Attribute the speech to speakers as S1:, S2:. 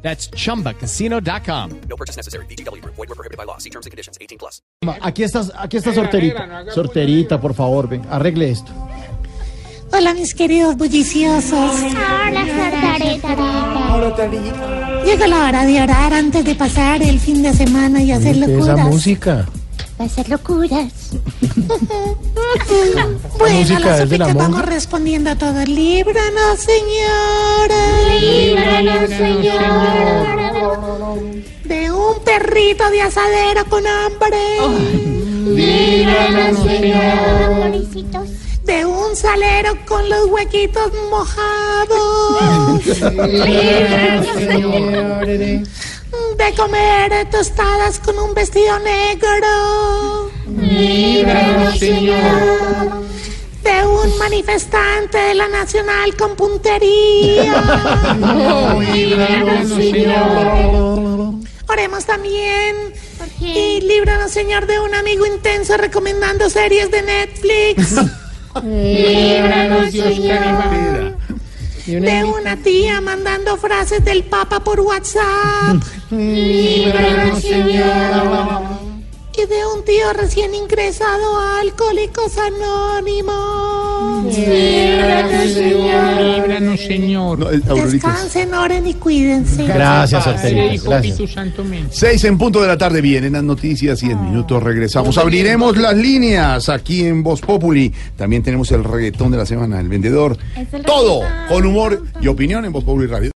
S1: That's chumbacasino.com.
S2: No purchase necessary. BGW. Void were prohibited by law. See terms and conditions. 18 plus.
S3: Aquí estás, aquí está
S4: Negra,
S3: sorterita.
S4: negra, no haga
S3: sorterita, por favor, ven, arregle esto.
S5: Hola mis queridos bulliciosos. Hola Llega la hora de orar antes de pasar el fin de semana y hacer
S3: Esa
S5: locuras.
S3: música.
S5: Hacer locuras. bueno,
S3: música
S5: las
S3: es de la
S5: súplicas vamos
S3: monja.
S5: respondiendo a todos. Líbranos, señora. Líbranos, señora. De un perrito de asadero con hambre. Líbranos, señora. De un salero con los huequitos mojados. de comer tostadas con un vestido negro. señor. De un manifestante de la nacional con puntería. Oremos también. Y líbranos, Señor, de un amigo intenso recomendando series de Netflix. De una tía mandando frases del Papa por WhatsApp. Y de un tío recién ingresado a Alcohólicos Anónimos.
S4: Líbranos, Señor.
S6: eh,
S5: Descansen, oren y cuídense.
S3: Gracias, sorterita.
S4: Hijo,
S3: Gracias.
S4: Espíritu Santo, amén.
S6: Seis en punto de la tarde vienen las noticias y en minutos regresamos. Abriremos las líneas aquí en Voz Populi. También tenemos el reggaetón de la semana, el vendedor. Todo con humor y opinión en Voz Populi Radio.